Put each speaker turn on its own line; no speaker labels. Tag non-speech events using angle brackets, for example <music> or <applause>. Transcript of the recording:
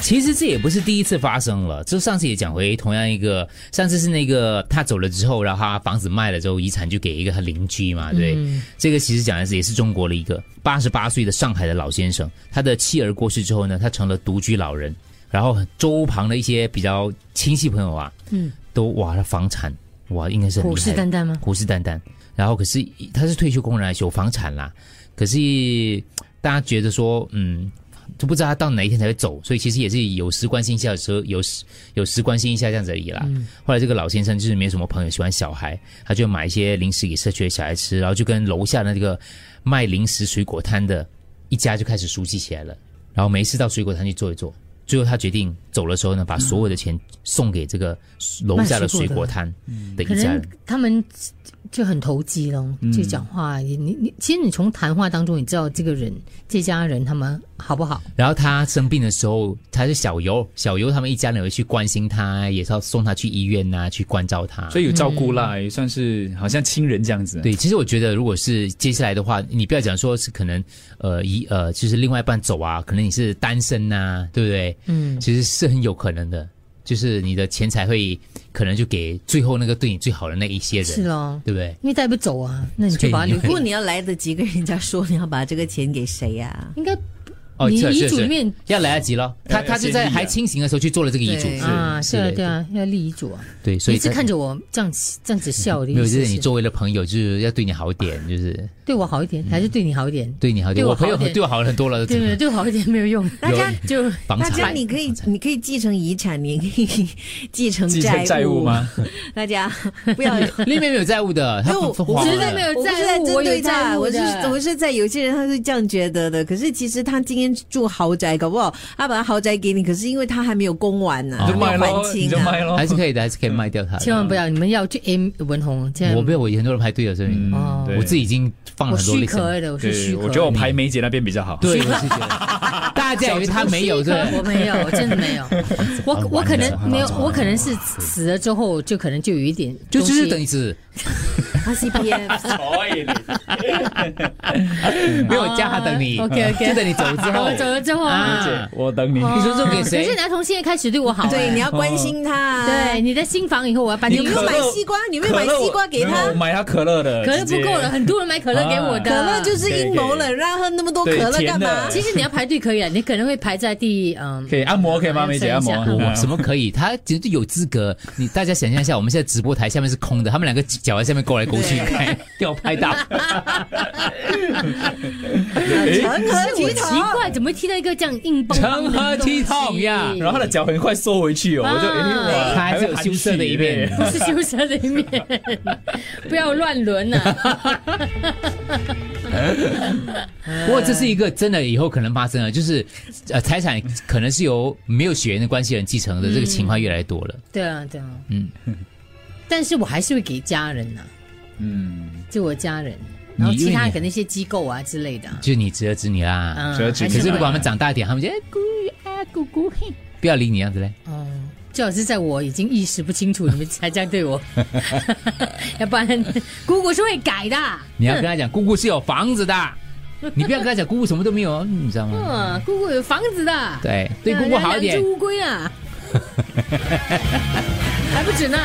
其实这也不是第一次发生了，就上次也讲回同样一个，上次是那个他走了之后，然后他房子卖了之后，遗产就给一个他邻居
嗯
嘛，对，这个其实讲的是也是中国的一个八十八岁的上海的老先生，他的妻儿过世之后呢，他成了独居老人，然后周旁的一些比较亲戚朋友啊，
嗯，
都哇，他房产哇，应该是很
虎
厉
视
害的
眈眈吗？
虎视眈眈。然后可是他是退休工人来有房产啦，可是大家觉得说，嗯，就不知道他到哪一天才会走，所以其实也是有时关心一下，有时候有时有时关心一下这样子而已啦。后来这个老先生就是没有什么朋友，喜欢小孩，他就买一些零食给社区的小孩吃，然后就跟楼下的那个卖零食水果摊的一家就开始熟悉起来了。然后没事到水果摊去坐一坐。最后他决定走的时候呢，把所有的钱送给这个楼下的水果摊的
可
一家嗯
能
人。嗯
他们就很投机咯，就讲话。你你你，其实你从谈话当中，你知道这个人、这家人他们好不好？
然后他生病的时候，他是小游，小游他们一家人会去关心他，也是要送他去医院呐、去关照他。
所以有照顾啦，也算是好像亲人这样子。，
嗯对，其实我觉得，如果是接下来的话，你不要讲说是可能，呃，一呃，就是另外一半走啊，可能你是单身呐、对不对？
嗯，
其实是很有可能的，就是你的钱财会可能就给最后那个对你最好的那一些人，
是咯，
对不对？
因为带不走啊，那你就把它
<laughs>
留
所以
哎
不过你要来得及跟人家说你要把这个钱给谁呀、
应该
哦，
你
是
遗
是
嘱里
是，
面呃
要来得及了。他
要
他就
先
在
立啊
还清醒的时候去做了这个遗嘱，
对
啊，是啊，
对
对啊，要立遗嘱啊。
对，所
你
以
是
他
看着我这样这样子笑的
没有，
意
就
思
是你
是？
周围的朋友就是要对你好一点，就是
对我好一
嗯
点，还是对你好一点？
对你好一点。
对我
我朋友
好一点
对我好了很多了，
对不对？对我好一点没有用，
大家
就
房
大家
产
你可以你可以继承遗产，你也可以继承
继
债
承债务吗？？
哦
大家
<laughs>
不要。
<laughs> 里面没有债务的，他
因为
不
我
分
我
黄
觉
绝
得
对
的
没有
我不是
债
在
务，
针
我有
对
债
他，
务
我是
的。
哎
我是在有些人他是这样觉得的，可是其实他今天住豪宅，搞不好他把他豪宅给你，可是因为他还没有供完呢、
哦
还
你就
没
卖
有
咯，
还
你
清
就
啊
卖。咯。
还是可以的，还是可以卖掉它的。
千万不要，你们要去 M 文红，这样
我没有，我很多人排队了，所以
嗯
哦
对
我自己已经放
我
了嗯很多
许
list 了。
可的，我是许
对，
可的。
我觉得我排梅姐那边比较好。
<laughs>
对，我是觉
<laughs>
得大家以为他没有，
我
对不对
我没有，我真的没有。我
好玩的
我
好
可
玩的
能没有
好玩，的
我可能是死了之后，就可能就有一点
就就是等
于 <laughs>
于是
<laughs>
他 CPF
可以，
嗯没有加他等你
嗯哦 OK，OK
就等你走之后
我走了之后
啊
啊，嗯
姐，我等你。
你说这给
可
谁
是你要从现在开始对我好，
对，
哎
你要关心他、啊。
对，你的新房以后我要搬
你
进
有没
去
有。买
可乐
西瓜？你有没有买西瓜给
没有
他
我？买他可乐的，
可乐
直
不
接
够了，。很多人买可乐给我的。
啊可乐就是
对
阴谋了，让他喝那么多可
对
乐
甜
干
的
嘛？
其实你要排队可以啊，你可能会排在第嗯
可以按摩，可以吗？梅姐按摩
我，
我我
嗯
什么可以？他其实有资格。你大家想象一下，我们现在直播台下面是空的，他们两个脚在下面勾来勾去，
对
看 <laughs> 要拍到。
<laughs>
<laughs> 成何体统？
奇怪，怎么踢到一个这样硬邦邦的
成何体统
东西
呀
然后他的脚很快缩回去哦，
啊
我就哎，
他还是有羞涩的一面
面。
不是修车的一面， <laughs> 不要乱伦啊呐、
不过这是一个真的以后可能发生的，就是呃财产可能是由没有血缘的关系人继承的，这个情况越来越多了。
对啊，对啊，
嗯
嗯。但是我还是会给家人呐、
嗯，
就我家人，
你
然后其
因为
他
你
给那些机构啊之类的啊。
就是你侄儿侄女啦，
嗯，
所以其
还
实
可是
会
如果他们长大一点，他们就哎姑啊姑姑，嘿不要理你样子嘞。
嗯，最好是在我已经意识不清楚，你们才这样对我， <laughs> 要不然姑姑是会改的。
你要跟他讲，姑姑是有房子的，你不要跟他讲姑姑什么都没有，你知道吗？
嗯，姑姑有房子的，
对，对姑姑好一点
养只。乌
<laughs>
龟啊，啊还不止呢。